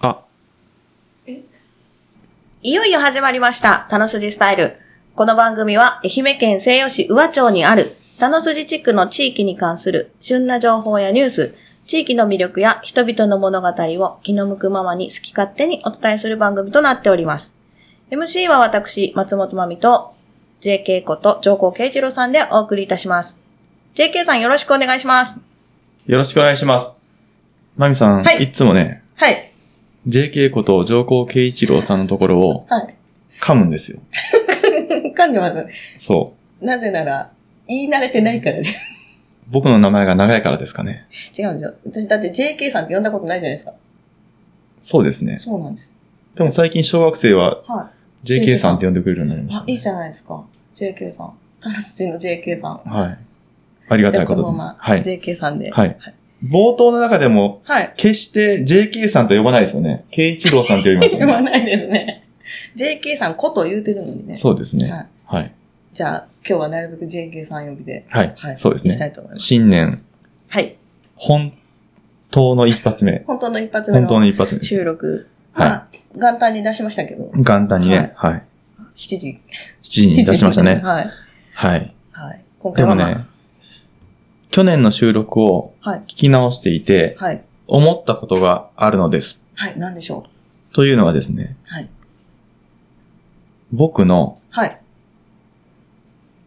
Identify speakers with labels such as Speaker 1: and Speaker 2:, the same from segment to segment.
Speaker 1: あ、
Speaker 2: いよいよ始まりました。たのすじスタイル。この番組は愛媛県西予市宇和町にあるたのすじ地区の地域に関する旬な情報やニュース、地域の魅力や人々の物語を気の向くままに好き勝手にお伝えする番組となっております。MC は私、松本まみと JK こと上皇慶一郎さんでお送りいたします。JK さんよろしくお願いします。
Speaker 1: よろしくお願いします。まみさん、
Speaker 2: はい
Speaker 1: い、つもね、
Speaker 2: はい。
Speaker 1: JK こと上皇慶一郎さんのところを
Speaker 2: はい。
Speaker 1: 噛むんですよ。
Speaker 2: 噛んでます。
Speaker 1: そ
Speaker 2: なぜなら、言い慣れてないからね。
Speaker 1: う。僕の名前が長いからですかね。
Speaker 2: 違うんですよ。私だって JK さんって呼んだことないじゃないですか。
Speaker 1: そうですね。
Speaker 2: そうなんです。
Speaker 1: でも最近小学生は
Speaker 2: は
Speaker 1: JK さんって呼んでくれるようになりま
Speaker 2: い。
Speaker 1: した
Speaker 2: あ、
Speaker 1: ね、
Speaker 2: いいじゃないですか。JK さん。タラスジの JK さん。
Speaker 1: はい。ありが
Speaker 2: じ
Speaker 1: た
Speaker 2: ゃあ
Speaker 1: いこ
Speaker 2: この
Speaker 1: と
Speaker 2: ま
Speaker 1: で。
Speaker 2: ま
Speaker 1: はい。
Speaker 2: JK さんで。
Speaker 1: はい。冒頭の中でも、
Speaker 2: はい。
Speaker 1: 決して JK さんと呼ばないですよね。慶一郎さんって呼びます
Speaker 2: 言
Speaker 1: よ
Speaker 2: わ
Speaker 1: ね。
Speaker 2: ないですね。JK さんこと言うてるのにね。
Speaker 1: そうです
Speaker 2: は
Speaker 1: ね。
Speaker 2: い。
Speaker 1: はい。
Speaker 2: じゃあ、今日はなるべく JK さん呼びで。
Speaker 1: はい。
Speaker 2: はい。
Speaker 1: そうです
Speaker 2: いきた
Speaker 1: ね。
Speaker 2: いと思います。
Speaker 1: 新年、
Speaker 2: はい。
Speaker 1: 本当の一発目。
Speaker 2: 本当の一発目
Speaker 1: 本当
Speaker 2: の
Speaker 1: の一発目です。
Speaker 2: 収録。
Speaker 1: はい
Speaker 2: まあ、元旦に出しましたけど、
Speaker 1: 元旦にね、はい。
Speaker 2: 7時。
Speaker 1: 7時に出しました ね。
Speaker 2: はい。
Speaker 1: はい。
Speaker 2: はい。今
Speaker 1: で
Speaker 2: 回
Speaker 1: も
Speaker 2: は、まあ、
Speaker 1: ね、去年の収録を
Speaker 2: はい
Speaker 1: 聞き直していて、
Speaker 2: はい。
Speaker 1: 思ったことがあるのです。
Speaker 2: はい。なんでしょ
Speaker 1: というのはですね、
Speaker 2: はい
Speaker 1: 僕の
Speaker 2: う。はい。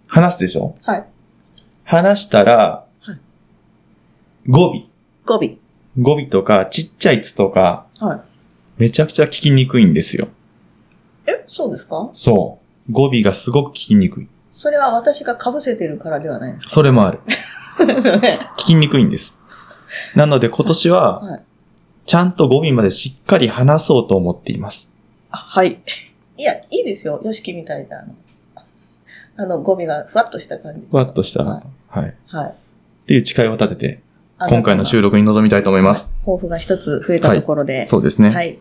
Speaker 1: 話すでしょ
Speaker 2: はい。
Speaker 1: 話したら、
Speaker 2: はい
Speaker 1: 語尾。
Speaker 2: 語尾。
Speaker 1: 語尾とか、ちっちゃいつとか、
Speaker 2: はい。
Speaker 1: めちゃくちゃ聞きにくいんですよ。
Speaker 2: え、そうですか
Speaker 1: そう。語尾がすごく聞きにくい。
Speaker 2: それは私が被せてるからではないです
Speaker 1: それもある。
Speaker 2: か。 ですよね。
Speaker 1: 聞きにくいんです。なので今年
Speaker 2: は、
Speaker 1: はいちゃんと語尾までしっかり話そうと思っています。
Speaker 2: はい。いや、いいですよ。よしきみたいな、あの、あの、語尾がふわっとした感じ。
Speaker 1: ふわっとした、
Speaker 2: は
Speaker 1: はい。っ
Speaker 2: はい。
Speaker 1: ていう誓いを立てて、
Speaker 2: あの
Speaker 1: 今回の収録に臨みたいと思います。
Speaker 2: 抱負が一つ増えたところで。
Speaker 1: そうですね。
Speaker 2: はい。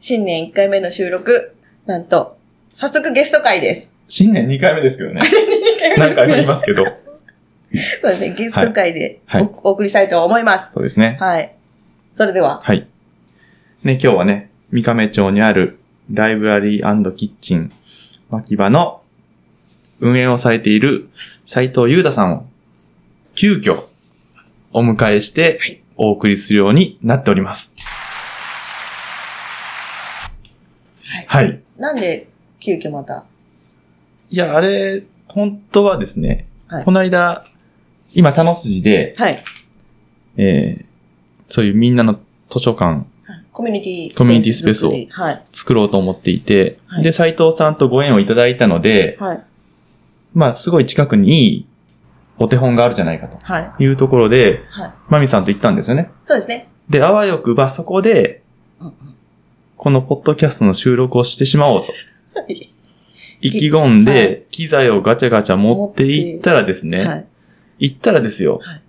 Speaker 2: 新年1回目の収録、なんと、早速ゲスト会です。
Speaker 1: 新年2回目ですけど ね。何回も言いますけど。
Speaker 2: す。そうですね。ゲスト会でお,、
Speaker 1: はいはい
Speaker 2: 送りしたいと思います。
Speaker 1: そうですね。
Speaker 2: はい。それでは、
Speaker 1: はい。ね、今日はね、三亀町にあるライブラリーキッチン牧場の運営をされている斉藤優太さんを急遽お迎えして
Speaker 2: はい
Speaker 1: お送りするようになっております。
Speaker 2: はい
Speaker 1: はい。い、
Speaker 2: なんで急遽また、
Speaker 1: や、あれ、本当はですね、
Speaker 2: はい
Speaker 1: この間、今、楽しじで、
Speaker 2: はい。
Speaker 1: えー、そういうみんなの図書館
Speaker 2: コミュニティ
Speaker 1: コミュニティスペースを
Speaker 2: 作りはい。
Speaker 1: 作ろうと思っていて、
Speaker 2: はい
Speaker 1: で、斉藤さんとご縁をいただいたので、
Speaker 2: はい。
Speaker 1: まあ、すごい近くにいいお手本があるじゃないかと
Speaker 2: はい。
Speaker 1: いうところで、
Speaker 2: はい。
Speaker 1: まみさんと行ったんですよね。
Speaker 2: そうですね。
Speaker 1: で、あわよくばそこで、
Speaker 2: うんうん
Speaker 1: このポッドキャストの収録をしてしまおうと
Speaker 2: はい
Speaker 1: 意気込ん
Speaker 2: は
Speaker 1: で、機材をガチャガチャ持って行ったらですね、
Speaker 2: はい。
Speaker 1: 行ったらですよ、
Speaker 2: はい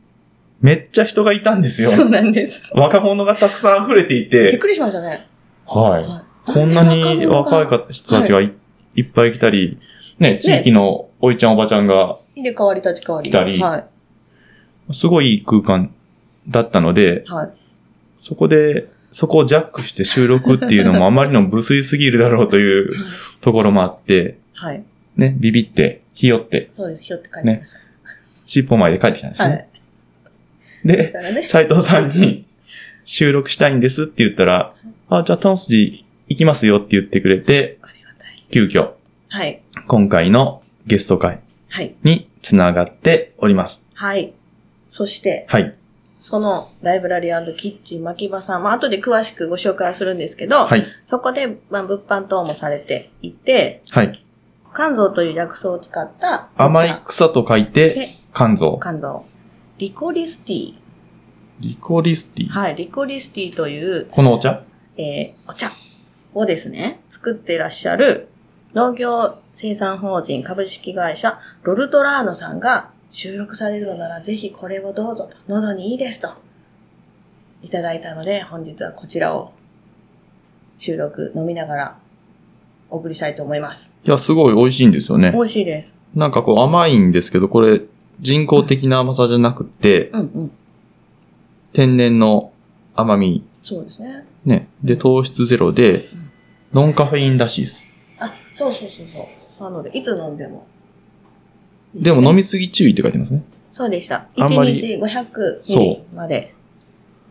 Speaker 1: めっちゃ人がいたんです
Speaker 2: そう
Speaker 1: よ。
Speaker 2: なんです。
Speaker 1: 若者がたくさん溢れてい、
Speaker 2: びってくりしましたね。
Speaker 1: はい。
Speaker 2: はい
Speaker 1: こんなに若い
Speaker 2: か。
Speaker 1: 人たちがい,、いっぱい来たり、ね、地域のおいちゃんおばちゃんが、
Speaker 2: 入れ替わり立ち替わり。
Speaker 1: 来たり
Speaker 2: はい。
Speaker 1: すごいいい空間だったので、
Speaker 2: はい。
Speaker 1: そこで、そこをジャックして収録っていうのもあまりの無粋すぎるだろうというところもあって、
Speaker 2: はい。
Speaker 1: ね、ビビって、ひよって、
Speaker 2: そうです。ひょって書いてました。
Speaker 1: 尻尾前で帰ってきたんですね。
Speaker 2: はい。そし
Speaker 1: で、
Speaker 2: たらね。
Speaker 1: 斉藤さんに収録したいんですって言ったら、あ、じゃあタンスジ行きますよって言ってくれて、
Speaker 2: ありがたい。
Speaker 1: 急遽、
Speaker 2: はい。
Speaker 1: 今回のゲスト会
Speaker 2: はい。
Speaker 1: につながっております。
Speaker 2: はい。そして、
Speaker 1: はい。
Speaker 2: そのライブラリーキッチン牧場さん、まあ後で詳しくご紹介はするんですけど、
Speaker 1: はい。
Speaker 2: そこで、まあ、物販等もされていて、
Speaker 1: はい。
Speaker 2: 肝臓という薬草を使った
Speaker 1: 甘い草と書いて、
Speaker 2: で
Speaker 1: 肝臓。
Speaker 2: 肝臓。リコリスティー。
Speaker 1: リコリスティ。
Speaker 2: はい。リコリスティーという
Speaker 1: このお茶
Speaker 2: えーお茶をですね、作っていらっしゃる農業生産法人株式会社ロルトラーノさんが収録されるのならぜひこれをどうぞと、喉にいいですと、いただいたので、本日はこちらを収録飲みながらお送りしたいと思います。
Speaker 1: いや、すごい美味しいんですよね
Speaker 2: 美。味しいです。
Speaker 1: なんかこう甘いんですけど、これ、人工的な甘さじゃなくて、
Speaker 2: うんうん。
Speaker 1: 天然の甘み、
Speaker 2: そうですね。
Speaker 1: ね。で、糖質ゼロで
Speaker 2: うん、
Speaker 1: ノンカフェインらしいです。
Speaker 2: あ、そうそうそうそう。なので、いつ飲んでも。
Speaker 1: でも飲みすぎ注意って書いてますね。
Speaker 2: そうでした。
Speaker 1: あんま
Speaker 2: 1
Speaker 1: り
Speaker 2: 日500ミリ
Speaker 1: そ
Speaker 2: まで。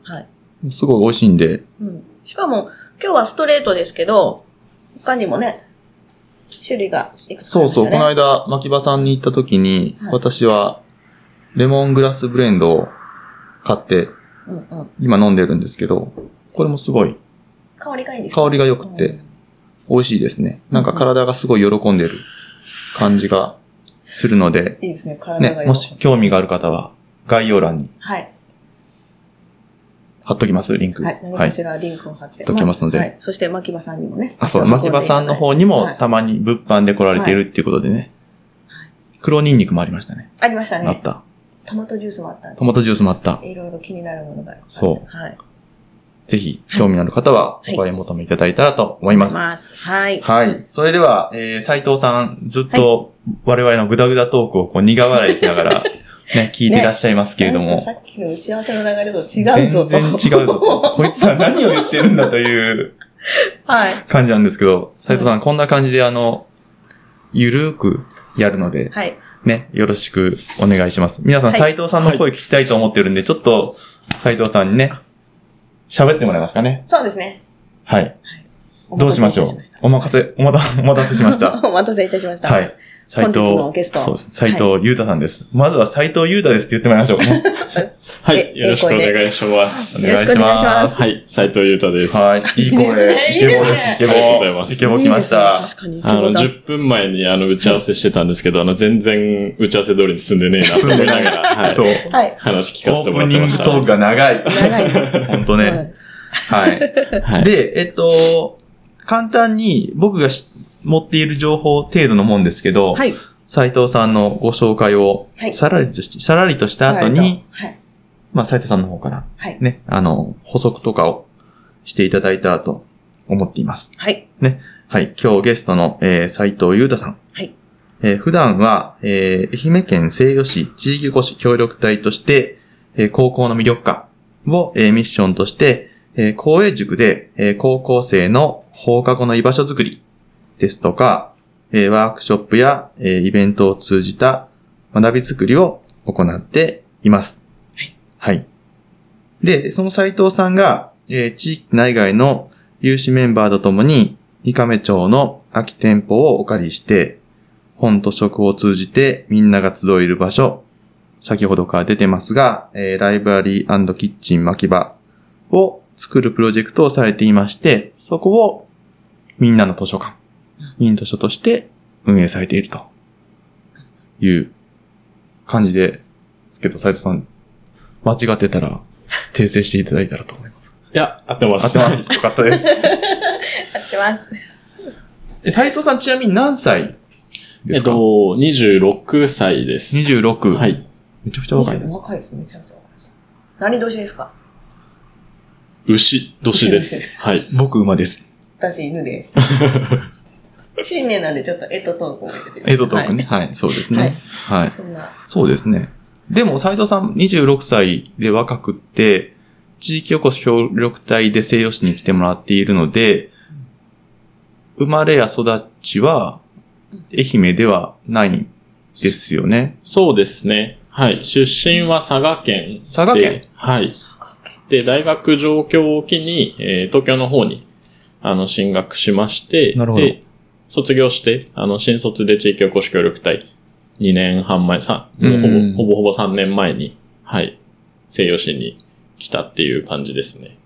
Speaker 2: はい。
Speaker 1: すごい美味しいんで、
Speaker 2: うん。しかも、今日はストレートですけど、他にもね、種類がいくつか
Speaker 1: そう
Speaker 2: ありました
Speaker 1: そう、
Speaker 2: ね。
Speaker 1: この間、牧場さんに行った時に、
Speaker 2: はい
Speaker 1: 私は、レモングラスブレンドを買って、
Speaker 2: うんうん。
Speaker 1: 今飲んでるんですけど、これもすごい、
Speaker 2: 香りがいいですね
Speaker 1: 香りが良くて、美味しいですね。なんか体がすごい喜んでる感じがするので、
Speaker 2: いいですね、体が
Speaker 1: ね、
Speaker 2: 良
Speaker 1: も
Speaker 2: くて
Speaker 1: し興味がある方は、概要欄に
Speaker 2: はい。
Speaker 1: 貼っときます、リンク。
Speaker 2: はい。何かしらリンクを貼って。
Speaker 1: 貼っときますので
Speaker 2: はい。そして、牧場さんにもね。
Speaker 1: あ、そう、牧場さんの方に
Speaker 2: は
Speaker 1: も
Speaker 2: い
Speaker 1: たまに物販で来られているっていうことでね。黒ニンニクもありましたね。
Speaker 2: ありました
Speaker 1: あっ
Speaker 2: ね。
Speaker 1: た。
Speaker 2: トマトジュースもあったんです。
Speaker 1: トマトジュースもあった。
Speaker 2: いろいろ気になるものが。
Speaker 1: そう
Speaker 2: はい。
Speaker 1: ぜひ、興味のある方は、
Speaker 2: はい
Speaker 1: お買い求めいただいたらと思います。
Speaker 2: はい。
Speaker 1: はい。それでは、えー、斉藤さん、ずっと、我々のグダグダトークをこう苦笑いしなが ら、ね、聞いていらっしゃいますけれど
Speaker 2: なん
Speaker 1: も。
Speaker 2: かさっきの打ち合わせの流れと違う
Speaker 1: 全
Speaker 2: ぞと。
Speaker 1: 然違うぞと。こいつは何を言ってるんだという
Speaker 2: はい。
Speaker 1: 感じなんですけど、斉藤さん、こんな感じで、あの、ゆるーくやるので、
Speaker 2: はい。
Speaker 1: ね、よろしくお願いします。皆さん、
Speaker 2: はい
Speaker 1: 斉藤さんの声聞きたいと思ってるんで、ちょっと、斉藤さんにね、喋ってもらえますかね。
Speaker 2: そうですね。
Speaker 1: はい。
Speaker 2: お
Speaker 1: どう
Speaker 2: 待
Speaker 1: したま
Speaker 2: せ
Speaker 1: しょ
Speaker 2: いうたし
Speaker 1: お任せ、お待た、お 待たせしま した。。
Speaker 2: お待たせいたしました。
Speaker 1: は。い。斉藤
Speaker 2: 本日のゲスト
Speaker 1: そうです。斉藤裕太さんです。まずは斉藤裕太ですって言ってもらいましょうか ね。
Speaker 3: は
Speaker 2: え。
Speaker 3: いよろしくお願いします。
Speaker 2: よろしくお願いします。
Speaker 3: はい。斉藤裕太です。あ
Speaker 1: はい。いい声。
Speaker 2: いいですねいいですね
Speaker 1: イケボ
Speaker 3: ありがとうございます
Speaker 1: イケボ来ました。
Speaker 2: 確かに。
Speaker 3: の、10分前にあの、打ち合わせしてたんですけど、あの、全然打ち合わせ通りに進んでねえなと思いながら、はい。
Speaker 1: そう。
Speaker 2: はい。
Speaker 3: 話聞かせ
Speaker 1: オ
Speaker 3: て
Speaker 1: ー
Speaker 3: も
Speaker 1: プ
Speaker 3: らっ
Speaker 1: ニ
Speaker 3: て
Speaker 1: ング
Speaker 3: ました。
Speaker 1: トークが長い。
Speaker 2: 長いです。
Speaker 1: ほんとね。はい。
Speaker 3: はい。
Speaker 1: で、えっと、簡単に僕がし持っている情報程度のもんですけど、
Speaker 2: はい。
Speaker 1: 斉藤さんのご紹介を
Speaker 2: はい
Speaker 1: さらりとし、さらりとした後に、、
Speaker 2: はい。
Speaker 1: まあ斉藤さんの方から
Speaker 2: はい。
Speaker 1: ね、あの、補足とかをしていただいたらと思っています。
Speaker 2: はい。
Speaker 1: はい、今日ゲストの、えー、斉藤裕太さん。
Speaker 2: はい。
Speaker 1: えー普段は、えー愛媛県西予市地域おこし協力隊として、えー高校の魅力化を、えーミッションとして、えー公営塾で、えー高校生の放課後の居場所づくりですとか、えーワークショップや、えーイベントを通じた学びづくりを行っています。はい。で、その斉藤さんが、えー地域内外の有志メンバーとともに、三亀町の空き店舗をお借りして、本と食を通じてみんなが集える場所、先ほどから出てますが、えーライブラリーキッチン巻き場を作るプロジェクトをされていまして、そこをみんなの図書館、民図書として運営されているという感じですけど、斉藤さん、間違ってたら訂正していただいたらと思います。
Speaker 3: いや、合ってます。
Speaker 1: 合ってます。よかったです。
Speaker 2: やってます。
Speaker 1: え斉藤さんちなみに何歳で
Speaker 3: えっ
Speaker 1: すか
Speaker 3: と、26歳です。
Speaker 1: 26。
Speaker 3: はい。
Speaker 1: めちゃくちゃ若いです。
Speaker 2: 若いです。めちゃめちゃ若いです。何年ですか
Speaker 3: 牛
Speaker 2: 牛
Speaker 3: 年で。
Speaker 2: です
Speaker 3: はい。
Speaker 1: 僕馬です。
Speaker 2: 私、犬です。 新年なんでちょっとエトトークを入れて
Speaker 1: 映像トークね。。はい、そうですね。はい。
Speaker 2: そんな。
Speaker 1: そうですね。でも、斉藤さん26歳で若くって、地域おこし協力隊で西予市に来てもらっているので、生まれや育ちは、愛媛ではないんですよね。
Speaker 3: そうですね。はい。出身は佐賀県で。
Speaker 1: 佐賀県
Speaker 3: はい。で、大学上京を機に、えー東京の方に、あの、進学しまして、
Speaker 1: なるほど
Speaker 3: で、卒業して、あの、新卒で地域おこし協力隊、2年半前、さ、もうほぼ、
Speaker 1: うん
Speaker 3: ほぼほぼ3年前に、はい、西洋市に来たっていう感じですね。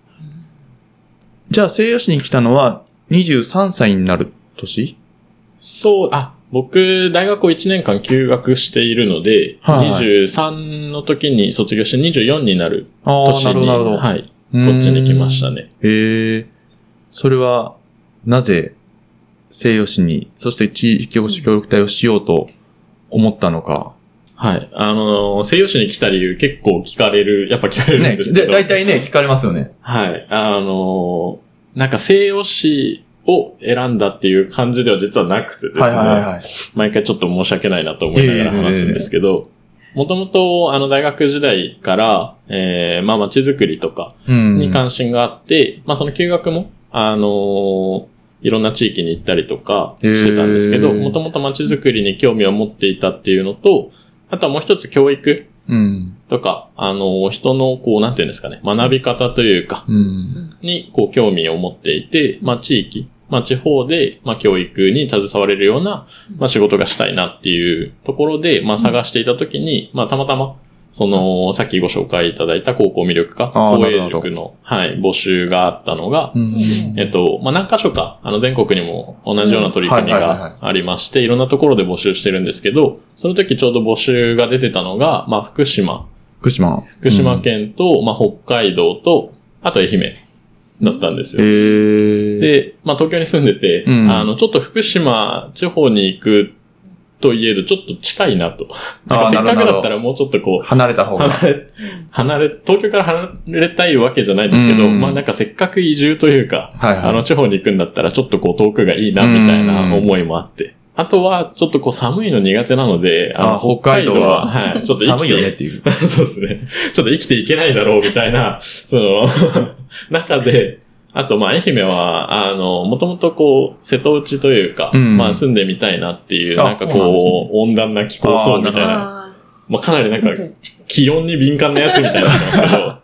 Speaker 1: じゃあ、西予市に来たのは23歳になる年
Speaker 3: そう、あ、僕、大学を1年間休学しているので、
Speaker 1: はいはい
Speaker 3: 23の時に卒業して24になる
Speaker 1: あ
Speaker 3: 年に、はい、こっちに来ました
Speaker 1: ね。
Speaker 3: ね。
Speaker 1: へえ。それは、なぜ、西予市に、そして地域おこし協力隊をしようと思ったのか。
Speaker 3: はい。あのー、西洋市に来た理由結構聞かれる、やっぱ聞かれるん
Speaker 1: ね、
Speaker 3: ですけ
Speaker 1: で、
Speaker 3: ど。
Speaker 1: 大体ね、聞かれますよね。
Speaker 3: はい。あのー、なんか西洋市を選んだっていう感じでは実はなくてですね。
Speaker 1: はい。
Speaker 3: 毎回ちょっと申し訳ないなと思いながら
Speaker 1: いえいえいえいえ
Speaker 3: 話すんですけど、もともと、あの、大学時代から、えー、まあ、街づくりとか
Speaker 1: うん。
Speaker 3: に関心があって、まあ、その休学も、あのーいろんな地域に行ったりとかしてたんですけ
Speaker 1: へ
Speaker 3: ど、
Speaker 1: ー
Speaker 3: もともと街づくりに興味を持っていたっていうのと、あとはもう一つ教育
Speaker 1: うん。
Speaker 3: とか、あのー人の、こう、なんていうんですかね、学び方というか、
Speaker 1: うん。
Speaker 3: に、こう、興味を持っていて、まあ、地域、まあ、地方で、まあ、教育に携われるような、まあ、仕事がしたいなっていうところで、まあ、探していたときに、まあ、たまたま、その、さっきご紹介いただいた高校魅力化、
Speaker 1: あー
Speaker 3: 公
Speaker 1: な
Speaker 3: 営
Speaker 1: るほど
Speaker 3: 塾の、はい、募集があったのが
Speaker 1: う、ん。
Speaker 3: えっと、まあ、何箇所か、あの、全国にも同じような取り組み
Speaker 1: うんはいはいはいは
Speaker 3: がありまして、いろんなところで募集してるんですけど、その時ちょうど募集が出てたのが、まあ、福島、
Speaker 1: 福島。
Speaker 3: 福島県と、まあ、北海道と、あと愛媛だったんです
Speaker 1: うん。
Speaker 3: よ。
Speaker 1: ええ。
Speaker 3: で、まあ、東京に住んでて、
Speaker 1: うん
Speaker 3: あの、ちょっと福島地方に行くといえど、ちょっと近いなと。なんかせっかくだったらもうちょっとこう、
Speaker 1: 離れた 方が。
Speaker 3: 離れ、離れ、東京から離れたいわけじゃないんですけど、
Speaker 1: うん
Speaker 3: まあなんかせっかく移住というか、
Speaker 1: はいはい。
Speaker 3: あの地方に行くんだったらちょっとこう遠くがいいなみたいな思いもあって。あとは、ちょっとこう寒いの苦手なので、あの、
Speaker 1: あ北
Speaker 3: 北
Speaker 1: 海
Speaker 3: 海
Speaker 1: 道
Speaker 3: 道
Speaker 1: は
Speaker 3: は、はい、ちょっと生き
Speaker 1: 寒
Speaker 3: て
Speaker 1: いよねっていう。
Speaker 3: そうですね。ちょっと生きていけないだろうみたいな、その、 中で、あと、まあ、愛媛は、あの、もともとこう、瀬戸内というか、
Speaker 1: うん
Speaker 3: まあ、住んでみたいなっていう、
Speaker 1: あ
Speaker 3: なんかこ
Speaker 1: そう
Speaker 3: う、
Speaker 1: なんですね
Speaker 3: 温暖な気候層みた
Speaker 1: あーなる
Speaker 3: い
Speaker 1: ほど
Speaker 3: な、まあ、かなりなんか、気温に敏感なやつみたいなん ですけど、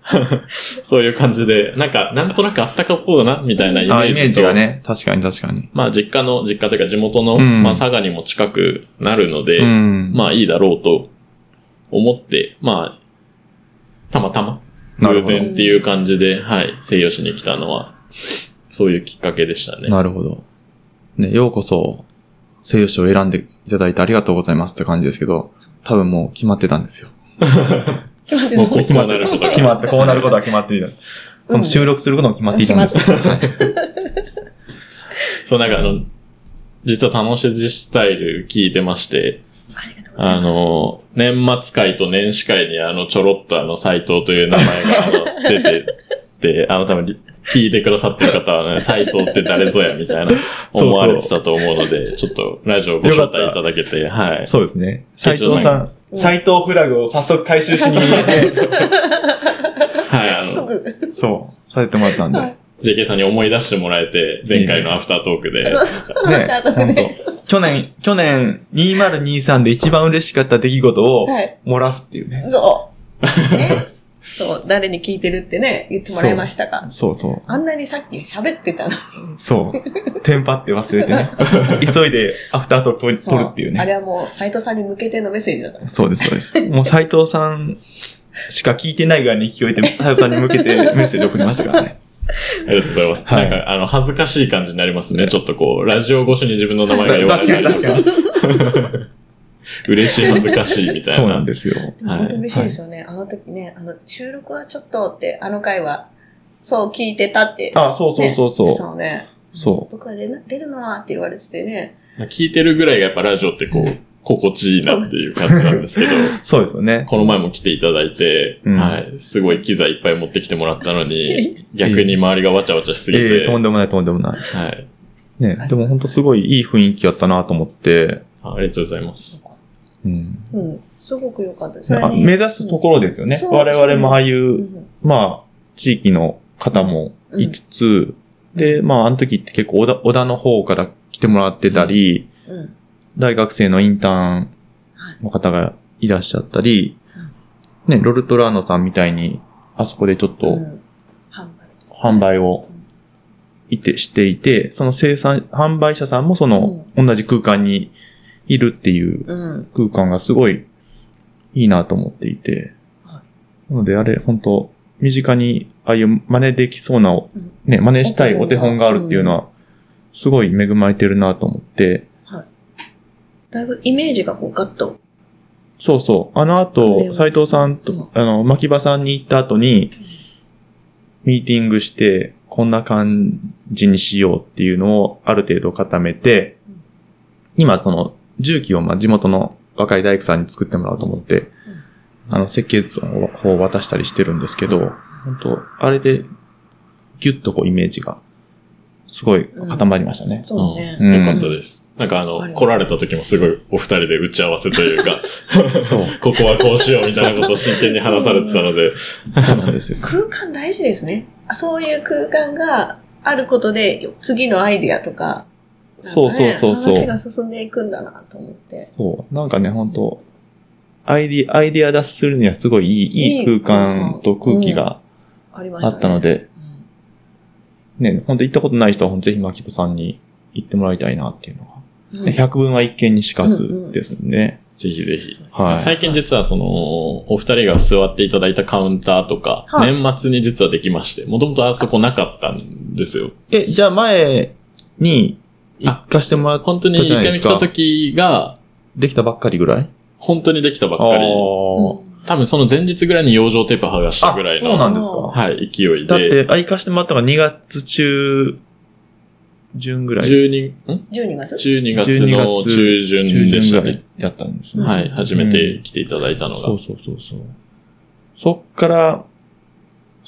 Speaker 3: そういう感じで、なんか、なんとなくあったかそうだな、みたいなイメ
Speaker 1: あ、
Speaker 3: ー
Speaker 1: イ
Speaker 3: ジと。
Speaker 1: メージがね。確かに確かに。
Speaker 3: まあ、実家の、実家というか地元
Speaker 1: う
Speaker 3: の、
Speaker 1: ん
Speaker 3: まあ、佐賀にも近くなるので、
Speaker 1: うん。
Speaker 3: まあいいだろうと思って、まあ、たまたま、
Speaker 1: なる
Speaker 3: 偶
Speaker 1: ほど。
Speaker 3: 然っていう感じで、はい、西洋市に来たのは、そういうきっかけでしたね。
Speaker 1: なるほど。ね、ようこそ、西洋史を選んでいただいてありがとうございますって感じですけど、多分もう決まってたんですよ。
Speaker 2: 決まって
Speaker 3: も
Speaker 2: ない
Speaker 3: うこうこうなることが。
Speaker 1: 決まって、こうなることは決まっていた。この収録することも決まっていたん です。はい
Speaker 3: そう、なんかあの、実は楽しいスタイル聞いてまして、
Speaker 2: ありがとうございます
Speaker 3: あの、年末会と年始会にあの、ちょろっとあの、斎藤という名前があの出て、 で、あの、多分り聞いてくださってる方はね、斎藤って誰ぞや、みたいな、
Speaker 1: そうそう
Speaker 3: 思われてたと思うので、ちょっと、ラジオご
Speaker 1: よ
Speaker 3: 紹
Speaker 1: かった
Speaker 3: 介いただけて、はい。
Speaker 1: そうですね。斎
Speaker 3: 斉
Speaker 1: 藤さ
Speaker 3: 藤さ
Speaker 1: ん、斎藤フラグを早速回収しに行って、
Speaker 3: はい、あ
Speaker 2: す
Speaker 3: の、
Speaker 2: ぐ。
Speaker 1: そう、されてもらったんで。
Speaker 2: は
Speaker 1: ね、
Speaker 3: JK さんに思い出してもらえて、前回のアフタートークで、
Speaker 1: ほんと。去年、去年2023で一番嬉しかった出来事を
Speaker 2: はい。
Speaker 1: 漏らすっていうね。
Speaker 2: そう。ね。そう。誰に聞いてるってね、言ってもらいましたが。
Speaker 1: そうそう。
Speaker 2: あんなにさっき喋ってたの。
Speaker 1: そう。テンパって忘れて ね。急いでアフタートークを撮るっていうね。
Speaker 2: そあれはもう、斎藤さんに向けてのメッセージだった。
Speaker 1: そうです、そうです。もう斎藤さんしか聞いてないぐらいに聞こえて、斎藤さんに向けてメッセージ送りましたからね。
Speaker 3: ありがとうございます。
Speaker 1: はい
Speaker 3: なんか、あの、恥ずかしい感じになりますね。ちょっとこう、ラジオ越しに自分の名前が呼ばれ
Speaker 1: 確か
Speaker 3: た
Speaker 1: に
Speaker 3: り
Speaker 1: 確かに。
Speaker 3: 嬉しい、恥ずかしいみたいな。
Speaker 1: そうなんですよ。
Speaker 2: でも
Speaker 3: はい
Speaker 2: 本当嬉しいですよね。あの時ね、あの、収録はちょっとって、あの回は、そう聞いてたって。
Speaker 1: あ、そうそうそうそう。
Speaker 2: ねそうね。
Speaker 1: そう。
Speaker 2: 僕は出な出るのはって言われててね。
Speaker 3: まあ聞いてるぐらいがやっぱラジオってこう、心地いいなっていう感じなんですけど、
Speaker 1: そうですよね。
Speaker 3: この前も来ていただいて、
Speaker 1: うん
Speaker 3: はい、すごい機材いっぱい持ってきてもらったのに、
Speaker 1: や
Speaker 3: 逆に周りがわちゃわちゃしすぎ
Speaker 1: ええ
Speaker 3: て、
Speaker 1: とんでもないとんでもない。
Speaker 3: はい
Speaker 1: ね、でも本当すごいいい雰囲気やったなと思って、
Speaker 3: あ。ありがとうございます。
Speaker 1: うん。
Speaker 2: うん。すごく良かったです。
Speaker 1: なんか目指すところですよね。
Speaker 2: うん
Speaker 1: 我々もああい
Speaker 2: ろ
Speaker 1: う、まあ、地域の方もいつつ、で、まあ、あの時って結構小田小田の方から来てもらってたり、
Speaker 2: うん。
Speaker 1: 大学生のインターンの方がいらっしゃったり、ね、ロルトラーノさんみたいに、あそこでちょっ
Speaker 2: う
Speaker 1: と
Speaker 2: ん。販売。
Speaker 1: 販売をいて、していて、その生産、販売者さんもその、同じ空間にいるっていう
Speaker 2: うん。
Speaker 1: 空間がすごいいいなと思っていて
Speaker 2: は、
Speaker 1: なのであれ、本当身近にああいう真似できそうな
Speaker 2: うん、
Speaker 1: ね、真似したいお手本があるっていうのは、すごい恵まれてるなと思って、
Speaker 2: だいぶイメージがこうガッと。
Speaker 1: そうそう。あの
Speaker 2: 作れ
Speaker 1: 後、
Speaker 2: ます
Speaker 1: 斎藤さんと、
Speaker 2: うん
Speaker 1: あの、牧場さんに行った後に、ミーティングして、こんな感じにしようっていうのをある程度固めて
Speaker 2: うん、
Speaker 1: 今その、重機をまあ地元の若い大工さんに作ってもらおうと思って、あの、設計図の方を渡したりしてるんですけど、本当あれで、ギュッとこうイメージが、すごい固まりましたね。
Speaker 2: そうね。
Speaker 3: よかったです。なんかあ
Speaker 2: あ
Speaker 3: の、
Speaker 2: れ
Speaker 3: 来られた時もすごいお二人で打ち合わせというか、
Speaker 1: そう。
Speaker 3: ここはこうしようみたいなことを真剣に話されてたので、
Speaker 1: そう なんですよ。
Speaker 2: 空間大事ですね。あそういう空間があることで、次のアイディアとか、
Speaker 1: そうそうそうそう
Speaker 2: なんかね話が進んでいくんだなと思って。
Speaker 1: そう。なんかね、本当アイディア、アイディア出しするにはすごいいい、い
Speaker 2: い
Speaker 1: い空
Speaker 2: い
Speaker 1: 間と空気が
Speaker 2: ありました
Speaker 1: あ
Speaker 2: ね。
Speaker 1: ったので、
Speaker 2: うん。
Speaker 1: ね、本当行ったことない人は、ぜひマキポさんに行ってもらいたいなっていうの
Speaker 2: うん
Speaker 1: が。ね、百分は一見にしかずですね。
Speaker 3: ぜひぜひ。
Speaker 1: はい。
Speaker 3: 最近実はその、お二人が座っていただいたカウンターとか、
Speaker 2: はい
Speaker 3: 年末に実はできまして、もともとあそこなかったんですよ。
Speaker 1: え、じゃあ前に行かしてもらっ
Speaker 3: 本当に
Speaker 1: だって
Speaker 3: 一
Speaker 1: ない
Speaker 3: 回
Speaker 1: です
Speaker 3: 来
Speaker 1: か
Speaker 3: た時が、
Speaker 1: できたばっかりぐらい
Speaker 3: 本当にできたばっ
Speaker 1: あ
Speaker 3: か
Speaker 1: あ
Speaker 3: り。
Speaker 1: ー。
Speaker 3: 多分その前日ぐらいに養生テープ剥がしたぐらい
Speaker 1: あそうな
Speaker 3: の、
Speaker 1: んですか。
Speaker 3: はい、勢い
Speaker 1: だって、
Speaker 3: で、
Speaker 1: あ、行かしてもらったのが2月中、旬ぐらい。
Speaker 3: 12、ん
Speaker 2: 12月
Speaker 3: ?12 月の中旬でしたね。
Speaker 1: やったんです
Speaker 2: ぐ
Speaker 1: ね。
Speaker 2: らい
Speaker 3: はい、初めて来ていただいたのが。
Speaker 1: そうそうそうそう。そっから、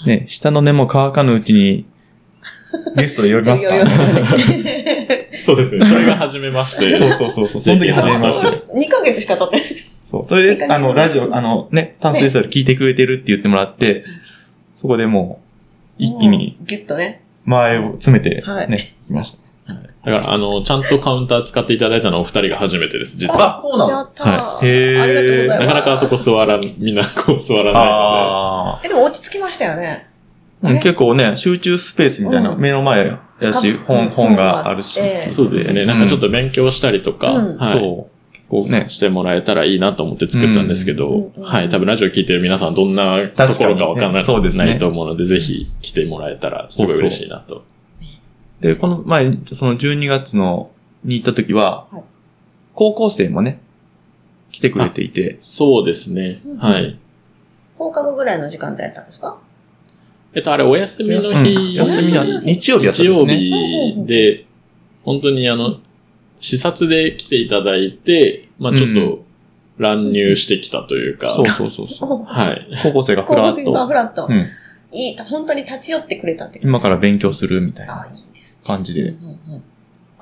Speaker 1: ね、下の根も乾かぬうち に、ゲストで呼びますか
Speaker 2: いやいやいや
Speaker 3: そうですね。それが初めまして。
Speaker 1: そうそうそうそう。その時初めましてです。
Speaker 2: 2ヶ月しか経ってない。
Speaker 1: そう。それで、あの、ラジオ、あの、ね、炭水素で聞いてくれてるって言ってもらって、そこでもう、一気に
Speaker 2: うん。ギュッとね。
Speaker 1: 間合いを詰めて、
Speaker 2: はい
Speaker 1: ね、来ました。
Speaker 3: だから、あの、ちゃんとカウンター使っていただいたのはお二人が初めてです、実は。
Speaker 1: あ、そうなんで
Speaker 2: や
Speaker 1: す
Speaker 2: ったー。
Speaker 1: いへー
Speaker 2: ありがとうございます。
Speaker 3: なかなかあそこ座らん、みんなこう座らな
Speaker 1: ああ。
Speaker 2: え、でも落ち着きましたよね。
Speaker 1: うん結構ね、集中スペースみたいな、
Speaker 2: うん
Speaker 1: 目の前やし、
Speaker 2: うん
Speaker 1: 本、本があるし。
Speaker 2: え
Speaker 3: い
Speaker 2: え
Speaker 3: ので。そうですね。なんかちょっと勉強したりとか、
Speaker 2: うん
Speaker 3: はい。
Speaker 1: そう。結構ね、
Speaker 3: してもらえたらいいなと思って作ったんですけど、
Speaker 2: うん
Speaker 3: はい。多分ラジオ聞いてる皆さんどんなところかわからな
Speaker 1: 確かにね
Speaker 3: い,、
Speaker 1: そうですね
Speaker 3: ないと思うので、ぜひ来てもらえたらすごい嬉しいなと。
Speaker 1: で、この前、その12月の、に行った時は
Speaker 2: はい、
Speaker 1: 高校生もね、来てくれていて、
Speaker 3: そうですね
Speaker 2: うん。
Speaker 3: はい。
Speaker 2: 放課後ぐらいの時間帯だったんですか
Speaker 3: えっと、あれお休みの日、
Speaker 1: うん休みだ、日曜日だった
Speaker 3: 日
Speaker 1: んです
Speaker 3: 曜
Speaker 1: ね。
Speaker 3: 日で、本当にあの、視察で来ていただいて、まあちょっ
Speaker 1: うん
Speaker 3: と乱入してきたというか、
Speaker 1: そうそうそう そう。
Speaker 2: 高
Speaker 3: はい。
Speaker 1: 高校生がふら
Speaker 2: 校
Speaker 1: っ
Speaker 2: 生が
Speaker 1: と、
Speaker 2: フラット
Speaker 1: う。ん、
Speaker 2: いい、本当に立ち寄ってくれたっていう。
Speaker 1: 今から勉強するみたい
Speaker 2: あ
Speaker 1: な
Speaker 2: あ、いいです。
Speaker 1: 感じ
Speaker 2: うん
Speaker 1: で。
Speaker 2: うんうん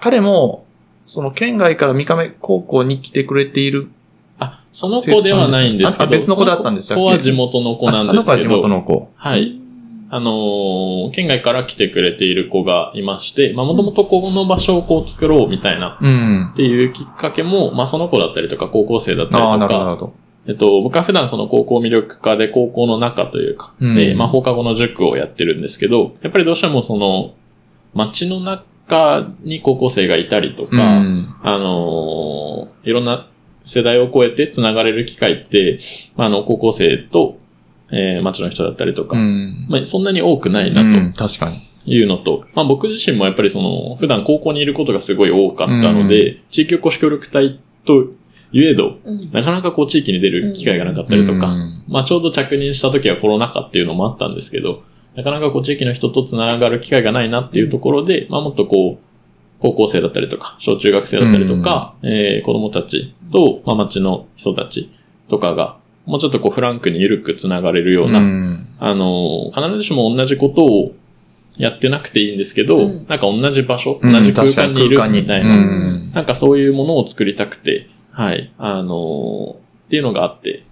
Speaker 1: 彼も、その県外から三亀高校に来てくれている、
Speaker 3: あ、その子ではないんですけど、
Speaker 1: あ別の子だったんでしたっけ
Speaker 3: この子は地元の子なんですけ
Speaker 1: ああの子は
Speaker 3: ど、
Speaker 1: 地元の子。
Speaker 3: はい。あのー県外から来てくれている子がいまして、まあもともとこの場所をこう作ろうみたいな。
Speaker 1: うん
Speaker 3: っ。ていうきっかけも、まあその子だったりとか、高校生だった
Speaker 1: ああ、
Speaker 3: り
Speaker 1: な
Speaker 3: と
Speaker 1: るほど、な
Speaker 3: か、
Speaker 1: るほど。
Speaker 3: えっと、僕は普段その高校魅力科で高校の中というか、
Speaker 1: うん
Speaker 3: で、まあ放課後の塾をやってるんですけど、やっぱりどうしてもその、街の中に高校生がいたりとか、
Speaker 1: うん。
Speaker 3: あのーいろんな世代を超えて繋がれる機会って、まあ、あの、高校生と、えー、町の人だったりとか、
Speaker 1: うん。
Speaker 3: まあ、そんなに多くないな
Speaker 1: うん
Speaker 3: と
Speaker 1: 確かに。
Speaker 3: いうのと、まあ、僕自身もやっぱりその、普段高校にいることがすごい多かったので、地域おこし協力隊といえど、
Speaker 2: うん
Speaker 3: なかなかこう地域に出る機会がなかったりとか、
Speaker 1: うん
Speaker 3: まあ、ちょうど着任した時はコロナ禍っていうのもあったんですけど、なかなかこう地域の人とつながる機会がないなっていうところで、まあ、もっとこう、高校生だったりとか、小中学生だったりとか、えー子供たちと、まあ、町の人たちとかが、もうちょっとこうフランクに緩くつながれるような、
Speaker 1: うん
Speaker 3: あのー、必ずしも同じことをやってなくていいんですけど、
Speaker 2: うん
Speaker 3: なんか同じ場所、
Speaker 1: うん
Speaker 3: 同じ空間にい
Speaker 1: 確か
Speaker 3: る
Speaker 1: に
Speaker 3: みたい
Speaker 1: 空間にう
Speaker 3: な、
Speaker 1: ん
Speaker 3: なんかそういうものを作りたくて、はい、あのーっていうのがあって、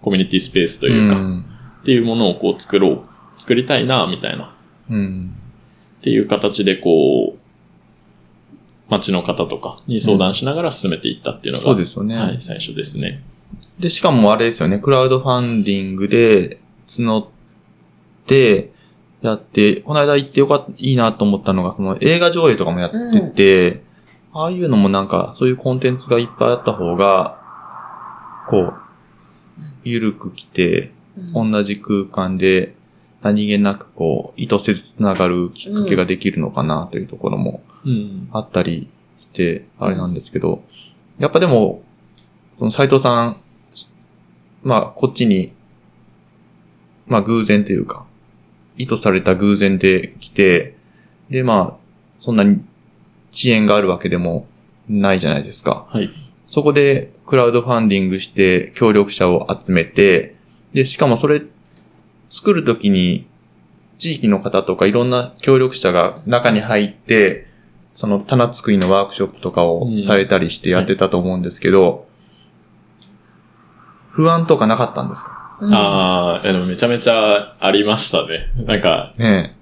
Speaker 3: コミュニティスペースというか、
Speaker 1: ん
Speaker 3: っていうものをこう作ろう、作りたいな、みたいな、
Speaker 1: うん。
Speaker 3: っていう形でこう、町の方とかに相談しながら進めていったっていうのが、
Speaker 1: そうですよね。
Speaker 3: はい、最初ですね。
Speaker 1: で、しかもあれですよね、クラウドファンディングで募って、やって、この間行ってよかった、いいなと思ったのが、その映画上映とかもやってて、ああいうのもなんか、そういうコンテンツがいっぱいあった方が、こう、ゆるく来て、
Speaker 2: うん
Speaker 1: 同じ空間で、何気なくこう、意図せずつながるきっかけができるのかなというところも
Speaker 3: うん。
Speaker 1: あったりして、あれなんですけど、やっぱでも、その斎藤さん、まあ、こっちに、まあ、偶然というか、意図された偶然で来て、で、まあ、そんなに遅延があるわけでもないじゃないですか。
Speaker 3: はい。
Speaker 1: そこでクラウドファンディングして協力者を集めて、で、しかもそれ作るときに地域の方とかいろんな協力者が中に入って、その棚作りのワークショップとか
Speaker 3: う
Speaker 1: を
Speaker 3: ん
Speaker 1: されたりしてやってたと思うんですけど、不安とかなかったんですか
Speaker 2: うん
Speaker 3: ああ、でもめちゃめちゃありましたね。なんか、
Speaker 1: ね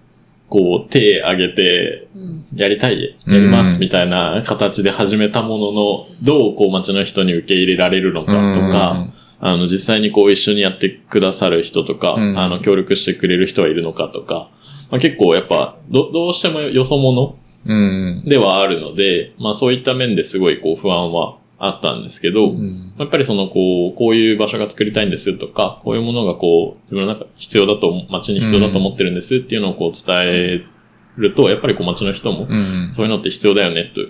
Speaker 3: こう、手挙げて、
Speaker 2: うん
Speaker 3: やりたい、やりま
Speaker 1: うん
Speaker 3: す、みたいな形で始めたものの、どうこう街の人に受け入れられるの
Speaker 1: え。
Speaker 3: かとか、あの、実際にこう一緒にやってくださる人とか、
Speaker 1: うん
Speaker 3: あの、協力してくれる人はいるのかとか、まあ、結構やっぱ、ど、どうしてもよそ者
Speaker 1: うんうん。
Speaker 3: ではあるので、まあそういった面ですごいこう不安はあったんですけど、
Speaker 1: うんうん。
Speaker 3: やっぱりそのこう、こういう場所が作りたいんですとか、こういうものがこう、自分の中必要だと、街に必要だと思ってるんですっていうのをこう伝えると、やっぱりこう街の人も、
Speaker 1: うん。
Speaker 3: そういうのって必要だよねと、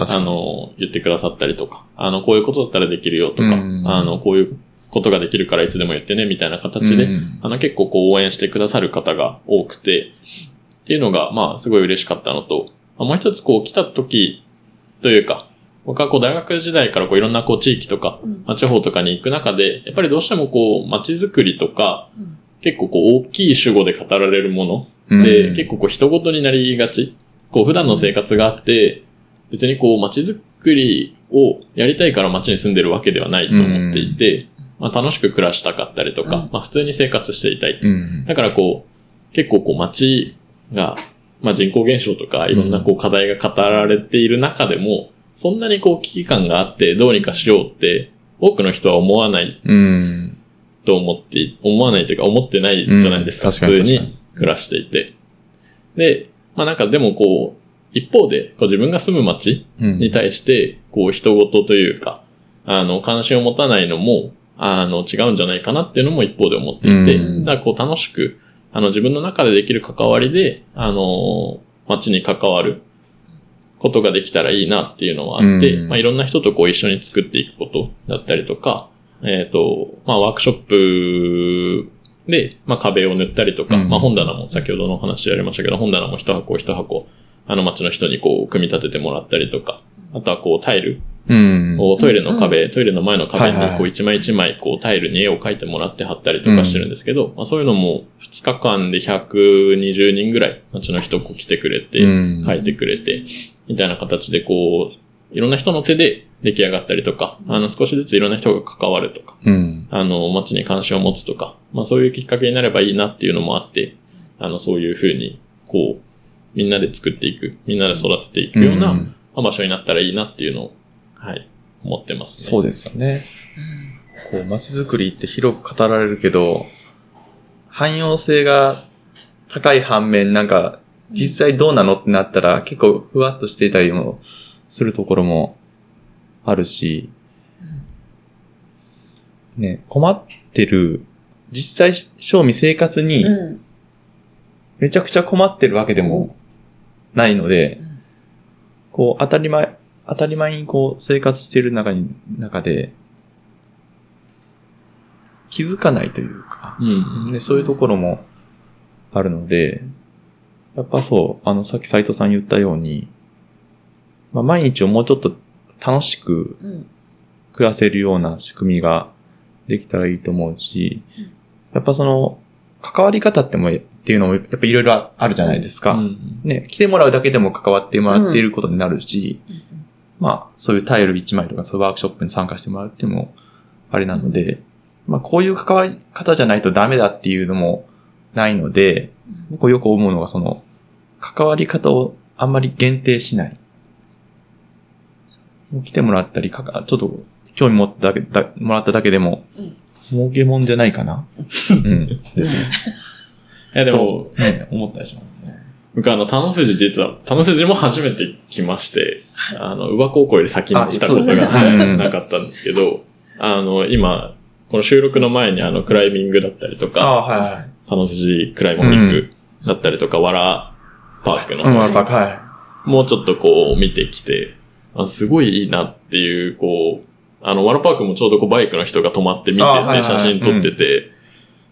Speaker 1: 確か
Speaker 3: あ
Speaker 1: に。
Speaker 3: の、言ってくださったりとか、あの、こういうことだったらできるよとか、
Speaker 1: うん
Speaker 3: あの、こういうことができるからいつでも言ってね、みたいな形で、
Speaker 1: うん
Speaker 3: あの、結構こう応援してくださる方が多くて、っていうのが、まあ、すごい嬉しかったのと、まあもう一つこう来た時というか、僕はこう大学時代からこういろんなこう地域とか、
Speaker 2: うん
Speaker 3: まあ、地方とかに行く中で、やっぱりどうしてもこう、街づくりとか、
Speaker 2: うん
Speaker 3: 結構こう大きい主語で語られるもの
Speaker 1: う
Speaker 3: で、
Speaker 1: ん
Speaker 3: 結構こう人ごとになりがち。こう普段の生活があって、別にこう街づくりをやりたいから街に住んでるわけではないと思っていて、まあ楽しく暮らしたかったりとか、
Speaker 2: うん
Speaker 3: まあ普通に生活していたい。
Speaker 1: うん。
Speaker 3: だからこう、結構こう街が、まあ人口減少とかいろんなこう課題が語られている中でも、そんなにこう危機感があってどうにかしようって多くの人は思わない
Speaker 1: うん。
Speaker 3: と思って、思わないというか思ってないじゃないですか、
Speaker 1: うん確かに
Speaker 3: 普通
Speaker 1: 確
Speaker 3: に暮らしていて。で、まあなんかでもこう、一方で、こう自分が住む街
Speaker 1: うん
Speaker 3: に対して、こう人事というか、あの、関心を持たないのも、あの、違うんじゃないかなっていうのも一方で思っていて、
Speaker 1: うん
Speaker 3: だからこう楽しく、あの、自分の中でできる関わりで、あの、街に関わることができたらいいなっていうのはあって、
Speaker 1: うん
Speaker 3: まあいろんな人とこう一緒に作っていくことだったりとか、えっ、と、まあワークショップで、まあ壁を塗ったりとか、
Speaker 1: うん
Speaker 3: まあ本棚も先ほどのお話でありましたけど、本棚も一箱一箱、あの街の人にこう組み立ててもらったりとか、あとはこうタイル
Speaker 1: うん。
Speaker 3: をトイレの壁、トイレの前の壁
Speaker 1: はいはいは
Speaker 3: に
Speaker 1: い
Speaker 3: こう一枚一枚こうタイルに絵を描いてもらって貼ったりとかしてるんですけど、まあそういうのも2日間で120人ぐらい街の人こう来てくれて、
Speaker 1: うん
Speaker 3: 書いてくれて、みたいな形でこう、いろんな人の手で出来上がったりとか、あの少しずついろんな人が関わるとか、
Speaker 1: うん。
Speaker 3: あの街に関心を持つとか、まあそういうきっかけになればいいなっていうのもあって、あのそういうふうに、こう、みんなで作っていく、みんなで育てていくような、
Speaker 1: ん
Speaker 3: まあ場所になったらいいなっていうのを、はい、思ってますね。
Speaker 1: そうですよね。こう、街づくりって広く語られるけど、汎用性が高い反面、なんか、実際どうなのってなったら、結構ふわっとしていたりもするところもあるし、ね、困ってる、実際、正味生活に
Speaker 2: うん
Speaker 1: めちゃくちゃ困ってるわけでもないので
Speaker 2: うん、
Speaker 1: こう、当たり前、当たり前にこう、生活している中に、中で、気づかないというか、
Speaker 3: うん。
Speaker 1: ね、そういうところもあるので、やっぱそう、あの、さっき斉藤さん言ったように、まあ、毎日をもうちょっと楽しく
Speaker 2: うん
Speaker 1: 暮らせるような仕組みができたらいいと思うし
Speaker 2: うん、
Speaker 1: やっぱその、関わり方っても、っていうのも、やっぱいろいろあるじゃないですか。
Speaker 3: うん
Speaker 1: ね、来てもらうだけでも関わってもらっていることになるし、まあ、そういうタイル1枚とか、そういうワークショップに参加してもらうっていうのも、あれなので、まあ、こういう関わり方じゃないとダメだっていうのもないので、
Speaker 2: うん
Speaker 1: 僕よく思うのが、その、関わり方をあんまり限定しない。来てもらったり、かか、ちょっと興味持っただけ、だもらっただけでも
Speaker 2: うん、
Speaker 1: 儲けもんじゃないか な。うん。ですね。
Speaker 3: いやでも
Speaker 1: と、、ね、思ったりしますね。
Speaker 3: 僕あの、タノスジ実は、タノスジも初めて来まして、あの、宇和高校より先に来たことが
Speaker 1: あそうですねうん
Speaker 3: なかったんですけど、あの、今、この収録の前にあの、クライミングだったりとか、
Speaker 1: ああー、はいはい。
Speaker 3: タノスジクライモニングだったりとか、わらパークの
Speaker 1: うん、
Speaker 3: 方
Speaker 1: や
Speaker 3: で
Speaker 1: っ
Speaker 3: す、
Speaker 1: ぱ、はい。
Speaker 3: もうちょっとこう見てきて、あすごいいいなっていう、こう、あの、ワラパークもちょうどこうバイクの人が止まって見てて、
Speaker 1: あはいはい
Speaker 3: 写真撮ってて、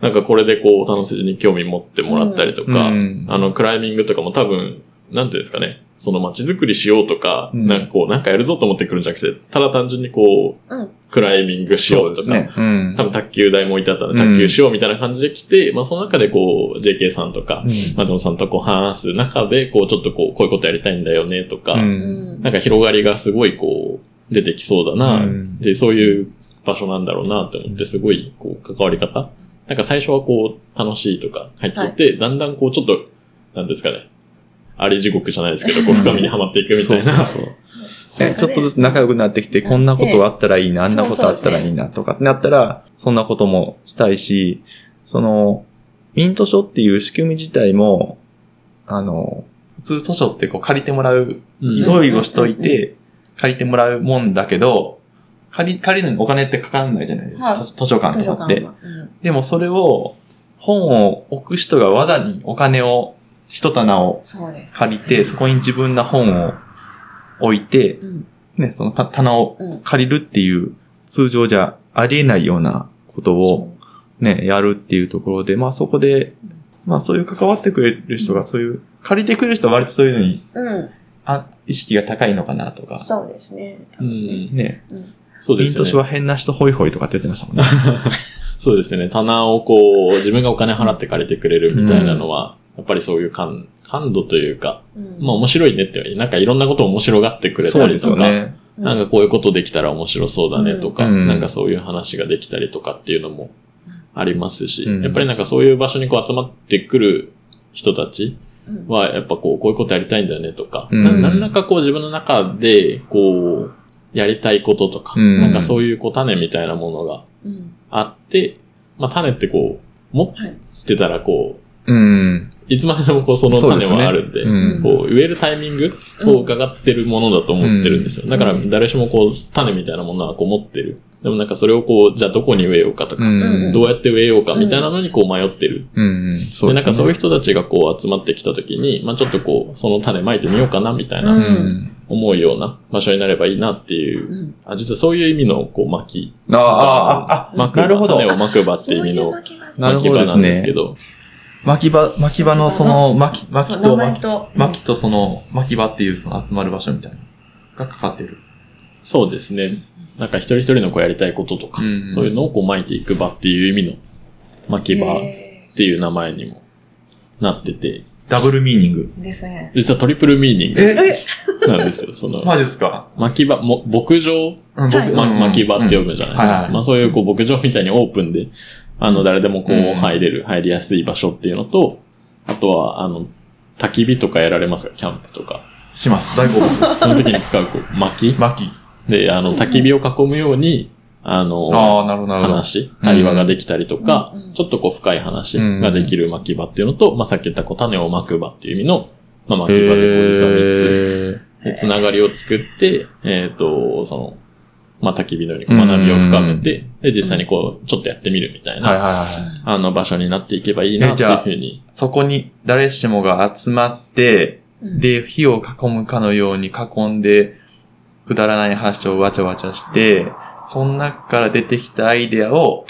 Speaker 3: なんかこれでこう、楽しみに興味持ってもらったりとか、
Speaker 1: うん
Speaker 3: あの、クライミングとかも多分、なんていうんですかね、その街づくりしようとか、
Speaker 1: うん
Speaker 3: なんかこう、なんかやるぞと思ってくるんじゃなくて、ただ単純にこう、
Speaker 2: うん
Speaker 3: クライミングしようとか、
Speaker 1: ね。うん。
Speaker 3: 多分卓球台も置いてあったら
Speaker 1: うん
Speaker 3: 卓球しようみたいな感じで来て、まあその中でこう、JK さんとか
Speaker 1: う、。
Speaker 3: 松本さんとこう話す中で、こう、ちょっとこう、こういうことやりたいんだよねとか、
Speaker 2: うんん。
Speaker 3: なんか広がりがすごいこう、出てきそうだな、
Speaker 1: うん
Speaker 3: で、そういう場所なんだろうなって思って、すごいこう、関わり方。なんか最初はこう、楽しいとか入ってって、だんだんこう、ちょっと、なんですかね、あり地獄じゃないですけど、こう、深みにはまっていくみたい
Speaker 1: そうそ
Speaker 3: な。
Speaker 1: うね、ちょっとずつ仲良くなってきて、こんなことあったらいいな、あんなことあったらいいなとかってなったら、そんなこともしたいし、その、ミント書っていう仕組み自体も、あの、普通図書ってこう借りてもらう、
Speaker 3: うん
Speaker 1: 用意をしといて、借りてもらうもんだけど、借り、借りるのにお金ってかかんないじゃないですか、
Speaker 2: はい
Speaker 1: 図図書館
Speaker 2: 図書
Speaker 1: とかっ
Speaker 2: 館
Speaker 1: て。
Speaker 2: は。うん
Speaker 1: でもそれを、本を置く人がわざにお金を、一棚を
Speaker 2: そうです。
Speaker 1: 借りて、そこに自分の本を置いて、
Speaker 2: うん。
Speaker 1: ね、そのた棚を
Speaker 2: うん。
Speaker 1: 借りるっていう、通常じゃありえないようなことを
Speaker 2: そ
Speaker 1: ね、やるっていうところで、まあそこで、まあそういう関わってくれる人がそういう、借りてくれる人は割とそういうのに、
Speaker 2: ううん。
Speaker 1: あ、意識が高いのかなとか。
Speaker 2: そうですね。
Speaker 3: うん
Speaker 1: ね、
Speaker 3: そうで
Speaker 1: イン
Speaker 3: す
Speaker 1: ト
Speaker 3: よ
Speaker 1: 氏
Speaker 3: ね。
Speaker 1: は変な人ホイホイとかって言ってましたもんね。
Speaker 3: そうですね。棚をこう、自分がお金払って借りてくれるみたいなのは、やっぱりそういう感、感度というか、
Speaker 2: うん
Speaker 3: まあ面白いねって、なんかいろんなことを面白がってくれたりとか、
Speaker 1: ね。
Speaker 2: うん
Speaker 3: なんかこういうことできたら面白そうだねとか、
Speaker 1: うん
Speaker 3: なんかそういう話ができたりとかっていうのもありますし、
Speaker 1: うん
Speaker 3: やっぱりなんかそういう場所にこう集まってくる人たち
Speaker 2: うん
Speaker 3: は、やっぱこう、こういうことやりたいんだよねとか、
Speaker 1: うん
Speaker 3: な何らかこう自分の中で、こう、やりたいこととか、
Speaker 1: うん
Speaker 3: なんかそういうこう種みたいなものが
Speaker 2: うん。
Speaker 3: あって、まあ種ってこう、持ってたらこう、
Speaker 1: うん。
Speaker 3: いつまででもこうその
Speaker 1: そうで
Speaker 3: 種
Speaker 1: すね
Speaker 3: はあるんで、
Speaker 1: うん。
Speaker 3: こう、植えるタイミングを伺ってるものだと思ってるんですよ。
Speaker 2: ん
Speaker 3: だから、誰しもこう、種みたいなものはこう持ってる。でもなんかそれをこう、じゃあどこに植えようかとか、
Speaker 1: うん。
Speaker 3: どうやって植えようかみたいなのにこう迷ってる。
Speaker 1: うん。
Speaker 3: で
Speaker 1: そ
Speaker 3: なんかそういう
Speaker 1: う
Speaker 3: 人たちがこう集まってきた時に、まあちょっとこう、その種まいてみようかなみたい
Speaker 2: うん
Speaker 3: な、
Speaker 1: ですね。うん。
Speaker 3: 思うような場所になればいいなっていうう。
Speaker 2: ん。
Speaker 3: あ、実はそういう意味のこう、巻き。
Speaker 1: ああ、ああ、
Speaker 3: 巻く
Speaker 1: なるほど
Speaker 3: 種を巻く場っていう意味
Speaker 2: そういう
Speaker 3: の
Speaker 2: 巻きが
Speaker 1: なる
Speaker 3: 巻
Speaker 1: ほ
Speaker 3: き
Speaker 1: ど
Speaker 3: 場
Speaker 1: です
Speaker 3: なんですけ
Speaker 1: ね。
Speaker 3: ど。
Speaker 1: 巻き場、巻き場のその、巻き、巻
Speaker 2: そ
Speaker 1: き
Speaker 2: う
Speaker 1: と
Speaker 2: 名
Speaker 1: 巻
Speaker 2: 前と、
Speaker 1: 巻きとその、巻き場っていうその集まる場所みたいなのがかかってる。
Speaker 3: そうですね。なんか一人一人のこうやりたいこととか、
Speaker 1: うん
Speaker 3: そういうのをこう巻いていく場っていう意味の巻き場っ
Speaker 2: へ
Speaker 3: ていう名前にもなってて、
Speaker 1: ダブルミーニング。
Speaker 2: ーですね。
Speaker 3: 実はトリプルミーニング
Speaker 1: え
Speaker 2: え、
Speaker 3: なんですよ。その
Speaker 1: マジですか
Speaker 3: 巻き場、も牧場、
Speaker 1: うん
Speaker 2: はい
Speaker 1: 僕
Speaker 3: ま
Speaker 1: うん
Speaker 3: 巻き場って呼ぶじゃないです
Speaker 1: うんはい
Speaker 3: か
Speaker 1: は。い
Speaker 3: まあそういうこう牧場みたいにオープンで、あの誰でもこ
Speaker 1: う
Speaker 3: うん入れる、入りやすい場所っていうのと、あとはあの、焚き火とかやられますかキャンプとか。
Speaker 1: します。大好物です。
Speaker 3: その時に使うこう 薪
Speaker 1: 巻き。
Speaker 3: で、あの、焚き火を囲むように、あの、
Speaker 1: ああ、なるほど、なるほど。
Speaker 3: 話、対話ができたりとか、
Speaker 2: うんうん
Speaker 3: ちょっとこう深い話ができる巻き場っていうのと、まあさっき言ったこう種を巻く場っていう意味の、まあ、巻き場でこう実は3つ
Speaker 1: へ
Speaker 3: で、つながりを作って、えっ、と、その、まあ焚き火のようにこう学びを深めて、で、実際にこう、ちょっとやってみるみたい
Speaker 1: ー
Speaker 3: な、
Speaker 1: はいはいはい。
Speaker 3: あの場所になっていけばいいな
Speaker 1: え
Speaker 3: って
Speaker 1: じ
Speaker 3: い
Speaker 1: ゃあ
Speaker 3: うふうに。
Speaker 1: そこに誰しもが集まって、
Speaker 2: うん、
Speaker 1: で、火を囲むかのように囲んで、くだらない話をわちゃわちゃして、その中から出てきたアイデアを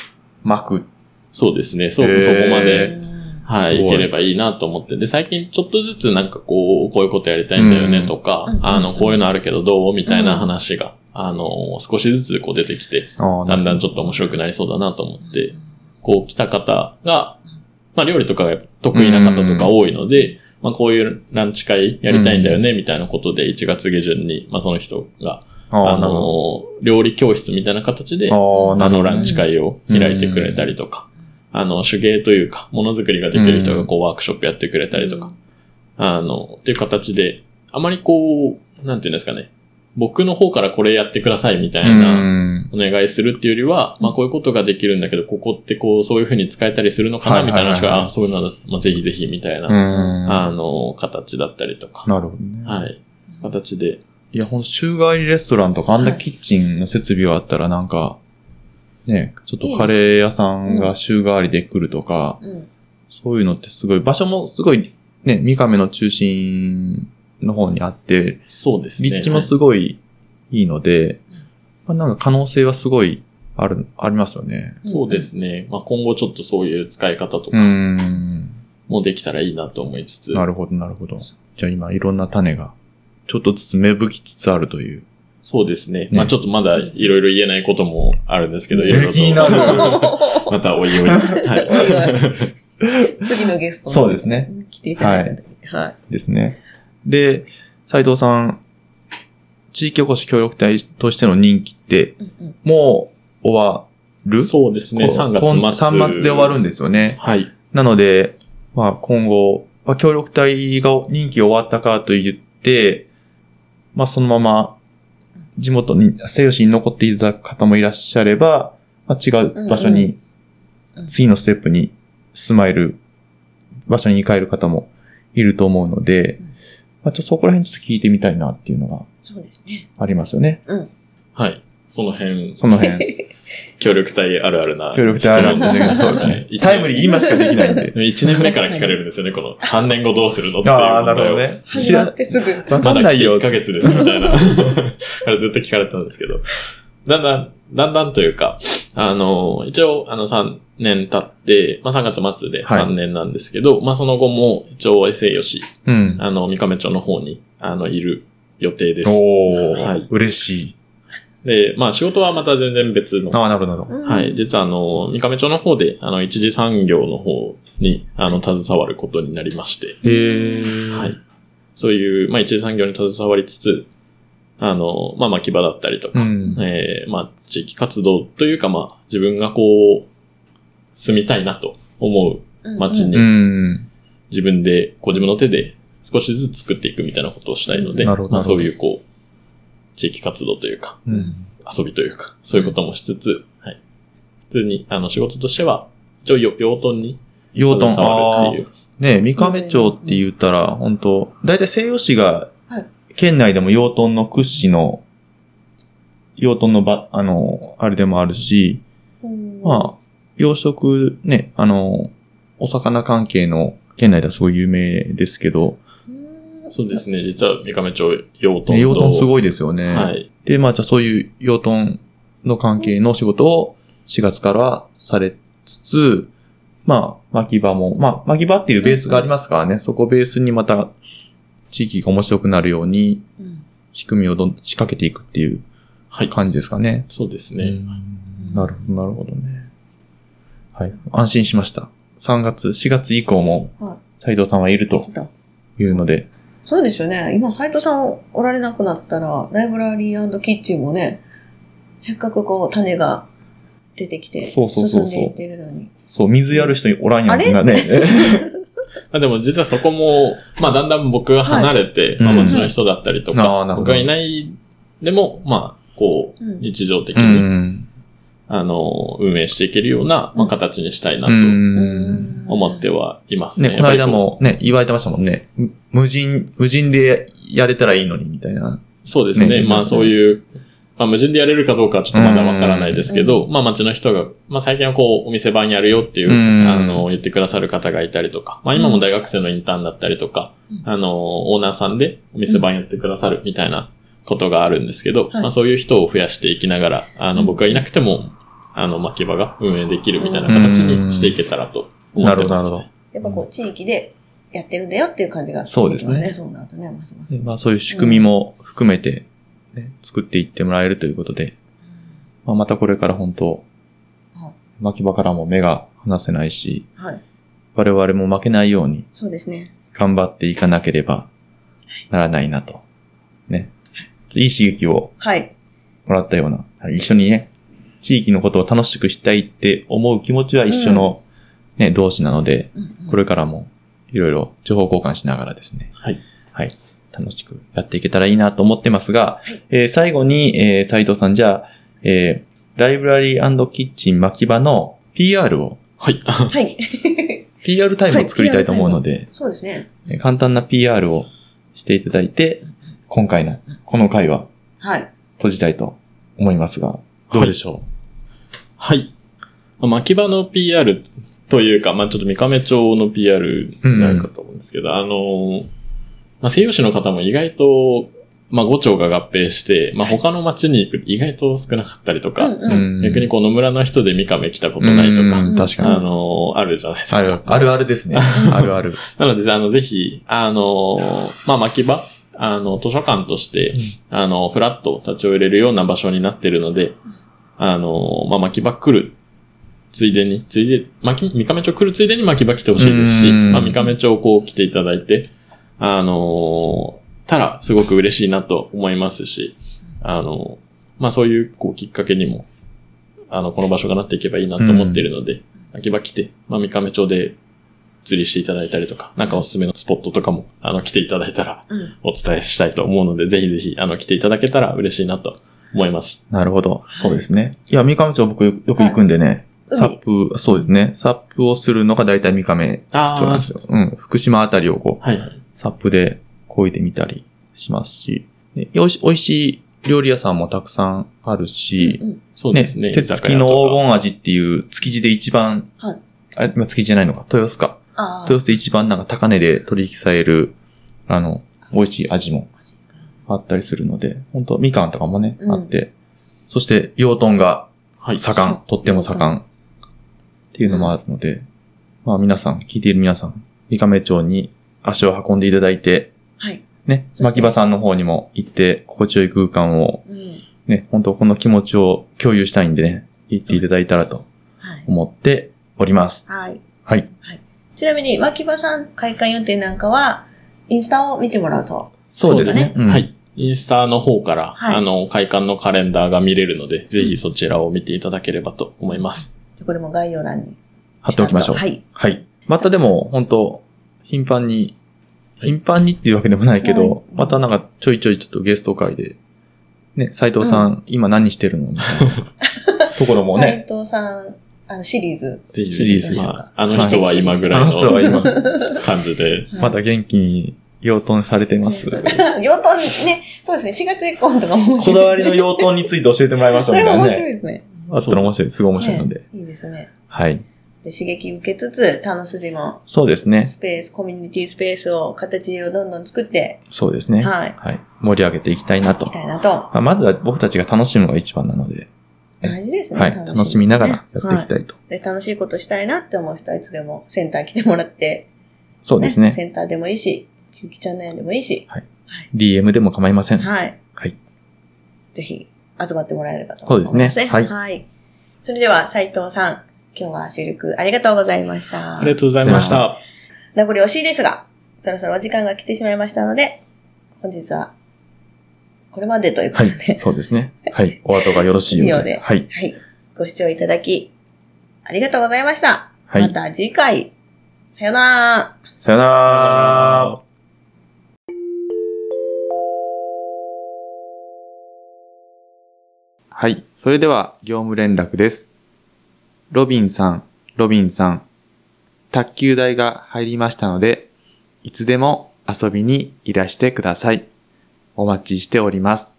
Speaker 1: 巻く。
Speaker 3: そうですね、そう、
Speaker 1: へー
Speaker 3: そこま
Speaker 2: う
Speaker 3: で
Speaker 2: ん
Speaker 3: は
Speaker 1: す
Speaker 3: い、
Speaker 1: ごい
Speaker 3: いければいいなと思って。で、最近ちょっとずつなんかこう、こういうことやりたいんだよねとか、
Speaker 2: うん
Speaker 3: あ
Speaker 2: う
Speaker 3: の、
Speaker 2: ん
Speaker 3: こういうのあるけどどうみたいな話が、あの、少しずつこう出てきて、
Speaker 1: あ
Speaker 3: だんだんち
Speaker 1: ょっ
Speaker 3: ょっと面白くなりそうだなと思って、こう来た方が、まあ料理とかが得意な方とか多いので、まあこういうランチ会やりたいんだよねみたいなことで、1月下旬に、まあその人が、
Speaker 1: と、あ
Speaker 3: あ
Speaker 1: ーなるほ
Speaker 3: の、料理教室みたいな形で、
Speaker 1: ど。あーな
Speaker 3: あ
Speaker 1: る
Speaker 3: の
Speaker 1: ほど。
Speaker 3: ランチ会を開いてくれたりとか、あの手芸というか、ものづくりができる人がこうワークショップやってくれたりとか、あの、っていう形で、あまりこう、なんていうんですかね、僕の方からこれやってくださいみたいうな、
Speaker 1: ん。
Speaker 3: お願いするっていうよりは、まあこういうことができるんだけど、ここってこう、そういうふうに使えたりするのか
Speaker 1: は
Speaker 3: ない
Speaker 1: は
Speaker 3: み
Speaker 1: いは
Speaker 3: た
Speaker 1: い
Speaker 3: い
Speaker 1: はい
Speaker 3: な話が、あそういうのだ、まあぜひぜひみた
Speaker 1: う
Speaker 3: い
Speaker 1: ん。
Speaker 3: な、
Speaker 1: な
Speaker 3: あの、形だったりとか、
Speaker 1: るほどね。
Speaker 3: はい、形で、
Speaker 1: いや、ほんと、週替わりレストランとか、あんなキッチンの設備があったら、なんか、ね、ちょっとカレー屋さんが週替わりで来るとか、
Speaker 2: うん
Speaker 1: そういうのってすごい、場所もすごい、ね、三亀の中心の方にあって、
Speaker 3: そうですね。
Speaker 1: 立地もすごいいいので、まあ、なんか可能性はすごいある、ありますよね。
Speaker 3: そうで。すね。まあ今後ちょっとそういう使い方とか
Speaker 1: うーん。
Speaker 3: もできたらいいなと思いつつ、
Speaker 1: なるほど、なるほど。じゃあ今いろんな種が、ちょっとずつ芽吹きつつあるという。
Speaker 3: そうですね。
Speaker 1: ね
Speaker 3: まあちょっとまだいろいろ言えないこともあるんですけど、いろいろ
Speaker 1: 気にな
Speaker 3: と。
Speaker 1: る。
Speaker 3: またおいおい。はい。
Speaker 2: 次のゲストに
Speaker 1: そうですね。
Speaker 2: 来ていただいた時に。はい。
Speaker 1: ですね。で、斉藤さん、地域おこし協力隊としての任期って、
Speaker 2: うんうん
Speaker 1: もう終わる
Speaker 3: そうですね。
Speaker 1: こう
Speaker 3: 3月
Speaker 1: こん
Speaker 3: 末。
Speaker 1: 3末で終わるんですよね。
Speaker 3: はい。
Speaker 1: なので、まあ今後、まあ、協力隊が任期終わったからと言って、まあそのまま地元に、西予市に残っていただく方もいらっしゃれば、まあ、違う場所に
Speaker 2: うんうん、
Speaker 1: 次のステップに住まえる、場所に帰る方もいると思うので
Speaker 2: うん、
Speaker 1: まあちょっとそこら辺ちょっと聞いてみたいなっていうのが
Speaker 2: そうですね。
Speaker 1: ありますよね。
Speaker 3: はい。その辺、
Speaker 1: その 辺、
Speaker 3: 協力隊あるあるな。
Speaker 1: 協力隊あるんですね。そうです ね。タイムリー今しかできないんで。
Speaker 3: 1年目から聞かれるんですよね、この3年後どうするのって いう
Speaker 1: ああ、
Speaker 3: 問
Speaker 1: なるほ
Speaker 3: 題
Speaker 1: ど
Speaker 3: を。
Speaker 1: ね。
Speaker 2: 始まってすぐ。
Speaker 1: わか
Speaker 3: ま
Speaker 1: ん
Speaker 3: だ
Speaker 1: な
Speaker 3: 来
Speaker 1: い
Speaker 3: て
Speaker 1: よ
Speaker 3: 1。ヶ月です、みたいな。あ れずっと聞かれたんですけど。だんだん、だんだんというか、あの、一応、あの、3年経って、まあ、3月末で
Speaker 1: はい
Speaker 3: 3年なんですけど、まあ、その後も、一応、エセヨシ、
Speaker 1: うん。
Speaker 3: あの、三亀町の方に、あの、いる予定です。
Speaker 1: おー、
Speaker 3: はい
Speaker 1: 嬉しい。
Speaker 3: で、まあ、仕事はまた全然別の
Speaker 1: ああ、なるほど。
Speaker 2: うん
Speaker 3: はい。。実は、あの、三亀町の方で、あの、一次産業の方に、あの、携わることになりまして、
Speaker 1: へえ。
Speaker 3: はい。そういう、まあ、一次産業に携わりつつ、あの、まあ、巻き場だったりと
Speaker 1: う
Speaker 3: か、
Speaker 1: ん。
Speaker 3: えーまあ、地域活動というか、まあ、自分がこう、住みたいなと思う街に、
Speaker 1: うん。
Speaker 3: 自分で、こう、自分の手で少しずつ作っていくみたいなことをしたいので、
Speaker 1: なるほど
Speaker 3: まあ、
Speaker 1: なるほど
Speaker 3: そういう、こう、地域活動というか、
Speaker 1: うん。
Speaker 3: 遊びというか、そういうこともしつつ、はい。普通に、あの、仕事としては、一応、よ養豚に
Speaker 1: 養豚、
Speaker 3: 携わ
Speaker 1: あー
Speaker 3: るっていう。
Speaker 1: ねえ三亀町って言ったら、本当だいたい西予市が
Speaker 2: はい、
Speaker 1: 県内でも養豚の屈指の、養豚の場、あの、あれでもあるし、
Speaker 2: まあ、
Speaker 1: まあ、養殖ね、あの、お魚関係の県内ではすごい有名ですけど、
Speaker 2: うん
Speaker 3: そうですね、実は三亀町養豚と。
Speaker 1: ね養豚すごいですよね。
Speaker 3: はい。
Speaker 1: で、まあ、じゃあそういう養豚の関係の仕事を4月からはされつつ、まあ、巻き場も、まあ、巻き場っていうベースがありますからね、そこをベースにまた地域が面白くなるように
Speaker 2: うん
Speaker 1: 仕組みをどんどん仕掛けていくっていう
Speaker 3: はい。
Speaker 1: 感じですかね。
Speaker 3: そうです
Speaker 1: う
Speaker 3: ね。
Speaker 1: んなるほど、なるほどね。はい。安心しました。3月、4月以降も
Speaker 2: はい、
Speaker 1: 斉藤さんはいるというので、
Speaker 2: そうですよね。今、斉藤さんおられなくなったら、ライブラリーキッチンもね、せっかくこう、種が出てきて、
Speaker 1: そうそうそうそう
Speaker 2: 進んでいってるのに。
Speaker 1: そう、水やる人おらんやんがね。
Speaker 3: まあでも実はそこも、まあだんだん僕が離れて、
Speaker 1: はい
Speaker 3: まあ
Speaker 1: うん
Speaker 3: 町の人だったりと
Speaker 1: あ
Speaker 3: か
Speaker 1: ーな、るほ
Speaker 3: 僕
Speaker 1: ど
Speaker 3: がいないでも、まあ、こう
Speaker 2: う、ん
Speaker 3: 日常的
Speaker 1: う
Speaker 3: に、
Speaker 1: ん。
Speaker 3: あの、運営していけるような、まあ形にしたい
Speaker 1: う
Speaker 3: なと
Speaker 1: ん。
Speaker 3: 思ってはいますね。
Speaker 1: ね、この間
Speaker 3: やっぱりう。
Speaker 1: もね、言われてましたもんね。む無人、無人でやれたらいいのに、みたいな。
Speaker 3: そうですね。
Speaker 1: ね
Speaker 3: まあそういう、まあ無人でやれるかどうかはちょっとまだわからないですけど、まあ町の人が、まあ最近はこう、お店番やるよっていう、
Speaker 1: うん
Speaker 3: あの、言ってくださる方がいたりとか、まあ今も大学生のインターンだったりとか、
Speaker 2: うん
Speaker 3: あの、オーナーさんでお店番やってくださるみたいなことがあるんですけど、
Speaker 2: はい
Speaker 3: まあそういう人を増やしていきながら、あ
Speaker 2: う
Speaker 3: の、
Speaker 2: ん
Speaker 3: 僕がいなくても、あの、巻き場が運営できるみたいな形にしていけたらと思ってます、
Speaker 1: うんなるほどなる
Speaker 2: やっぱこう、地域でやってるんだよっていう感じが、
Speaker 1: そうですね
Speaker 2: そうなるとね、ますます。
Speaker 1: でまあそういう仕組みも含めて、ね、作っていってもらえるということで、まあまたこれから本当
Speaker 2: はい、
Speaker 1: 巻き場からも目が離せないし、
Speaker 2: はい。
Speaker 1: 我々も負けないように
Speaker 2: そうですね。
Speaker 1: 頑張っていかなければならないなと。ね。いい刺激を
Speaker 2: はい。
Speaker 1: もらったような、はい一緒にね、地域のことを楽しくしたいって思う気持ちは一緒の、ね、同志なので、
Speaker 2: うんうん
Speaker 1: これからもいろいろ情報交換しながらですね。
Speaker 3: はい。
Speaker 1: はい。楽しくやっていけたらいいなと思ってますが、
Speaker 2: はい
Speaker 1: えー最後に、えー、斉藤さん、じゃあ、えー、ライブラリーキッチン巻き場の PR を、
Speaker 3: はい。
Speaker 2: はい。
Speaker 1: PR タイムを作りたいと思うので、
Speaker 2: そうですね。
Speaker 1: えー簡単な PR をしていただいて、今回の、この回は
Speaker 2: はい。
Speaker 1: 閉じたいと思いますが、どうでしょう、
Speaker 3: はい。まあ巻き場の PR というか、まあちょっと三亀町の PR になるかと思うんですけど、あのー、まあ、西洋市の方も意外と、まあ5町が合併して、まあ他の町に行く意外と少なかったりとか、
Speaker 2: うんうん。
Speaker 3: 逆にこの村の人で三上来たことないと
Speaker 1: う
Speaker 3: か、
Speaker 1: ん確か
Speaker 3: あ
Speaker 1: に。
Speaker 3: のーあるじゃないです
Speaker 1: あ
Speaker 3: か。
Speaker 1: るあるあるですね。あるある。
Speaker 3: なので、あの、ぜひ、あの、まあ、巻き場、あの、図書館として、あの、フラット立ち寄れるような場所になってるので、あの、まあ、巻き場来る、ついでに、ついで、巻き、三亀町来るついでに巻き場来てほしいですし、
Speaker 1: うん
Speaker 3: まあ、三亀町こう来ていただいて、あの、たら、すごく嬉しいなと思いますし、あの、まあ、そういう、こう、きっかけにも、あの、この場所がなっていけばいいなと思っているので、秋葉来て、まあ、三亀町で釣りしていただいたりとか、なんかおすすめのスポットとかも、あの、来ていただいたら
Speaker 2: うん
Speaker 3: お伝えしたいと思うので、ぜひぜひ、あの、来ていただけたら嬉しいなと思います。
Speaker 1: なるほど。そうですね。いや、三上町僕よくよく行くんでね。
Speaker 2: はい
Speaker 1: サップ、そうですね。サップをするのが大体三上
Speaker 3: あ
Speaker 1: 町なんですよ。うん。福島あたりをこう、
Speaker 3: はいはい。
Speaker 1: サップで漕いでみたりしますし。で美味し美味しい料理屋さんもたくさんあるし、
Speaker 3: そう
Speaker 1: ね、
Speaker 3: ですね。
Speaker 1: 手
Speaker 3: 居
Speaker 1: つ
Speaker 3: 酒
Speaker 1: き
Speaker 3: 屋
Speaker 1: の
Speaker 3: とか
Speaker 1: 黄金味っていう築地で一番、
Speaker 2: はい
Speaker 1: あれ、まあ、築地じゃないのか、豊洲か。
Speaker 2: あ
Speaker 1: 豊洲で一番なんか高値で取引される、あの、美味しい味もあったりするので、本当みかんとかもね、
Speaker 2: うん
Speaker 1: あって、そして養豚が
Speaker 3: はい。
Speaker 1: 盛ん、とっても盛んっていうのもあるので、まあ皆さん、聞いている皆さん、三亀町に足を運んでいただいて、
Speaker 2: はい。
Speaker 1: ね、
Speaker 2: そして
Speaker 1: 牧場さんの方にも行って、心地よい空間を、
Speaker 2: うん。
Speaker 1: ね、本当この気持ちを共有したいんでね、行っていただいたらと
Speaker 2: はい。
Speaker 1: 思っております。
Speaker 2: はい。
Speaker 1: はい。
Speaker 2: ちなみに、脇場さん開館予定なんかは、インスタを見てもらうと。
Speaker 1: そうですね。うん
Speaker 3: はい。インスタの方から、
Speaker 2: はい
Speaker 3: あの、会館のカレンダーが見れるので、ぜひそちらを見ていただければと思います。
Speaker 2: これも概要欄に。
Speaker 1: 貼っておきましょう。
Speaker 2: は
Speaker 1: はい。
Speaker 2: い。
Speaker 1: またでも、本当頻繁に、頻繁にっていうわけでもないけど、
Speaker 2: はい
Speaker 1: またなんかちょいちょいちょっとゲスト会で、ね、斉藤さん、今何してるのみたいなところも ね、
Speaker 2: 斉藤さん、あの、シリーズ。
Speaker 3: ぜひぜ
Speaker 1: シリー
Speaker 3: ひ、
Speaker 1: ズ
Speaker 3: まあ、あの人は今ぐ
Speaker 1: あ
Speaker 3: らい
Speaker 1: の人は
Speaker 3: の
Speaker 1: 今、
Speaker 3: 感じで、
Speaker 1: まだ元気に養豚されてます。
Speaker 2: そうです。養豚ね、そうですね、4月以降とかも面白
Speaker 1: こ
Speaker 2: い。
Speaker 1: だわりの養豚について教えてもらいましょ
Speaker 2: そう
Speaker 1: み
Speaker 2: れ
Speaker 1: た
Speaker 2: も
Speaker 1: いな
Speaker 2: 面白
Speaker 1: ね。
Speaker 2: いですね。
Speaker 1: あったら面白い、すごい面白いので。
Speaker 2: ねいいですね。
Speaker 1: はい。
Speaker 2: で刺激受けつつ、楽しみも、
Speaker 1: そうですね。
Speaker 2: スペース、コミュニティスペースを、形をどんどん作って、
Speaker 1: そうですね。
Speaker 2: はい。
Speaker 1: はい。盛り上げていきたいないと
Speaker 2: き。たいなと。
Speaker 1: まあまずは僕たちが楽しむのが一番なので、
Speaker 2: 大事ですね。
Speaker 1: はい。楽しみながらやっていき
Speaker 2: は
Speaker 1: たいと。
Speaker 2: で楽しいことしたいなって思う人はいつでもセンター来てもらって、
Speaker 1: そうですね。
Speaker 2: センターでもいいし、地域チャンネルでもいいし、
Speaker 1: DM でも構いません。
Speaker 2: はい。
Speaker 1: はい。
Speaker 2: ぜひ、集まってもらえればと
Speaker 1: そ
Speaker 2: 思
Speaker 1: う
Speaker 2: い
Speaker 1: で
Speaker 2: ます
Speaker 1: すねはい
Speaker 2: はい。それでは、斉藤さん、今日は収録ありがとうございました。
Speaker 3: ありがとうございました。
Speaker 2: 名残惜しいですが、そろそろお時間が来てしまいましたので、本日は、これまでというこ
Speaker 1: は
Speaker 2: とで、
Speaker 1: い。そうですね。はい。お後がよろしいよう
Speaker 2: いい
Speaker 1: で。
Speaker 2: ようで
Speaker 1: はい。
Speaker 2: はい。ご視聴いただき、ありがとうございました。
Speaker 1: はい
Speaker 2: また次回、さよなら。
Speaker 1: さよなら。はい。それでは、業務連絡です。ロビンさん、ロビンさん、卓球台が入りましたので、いつでも遊びにいらしてください。お待ちしております。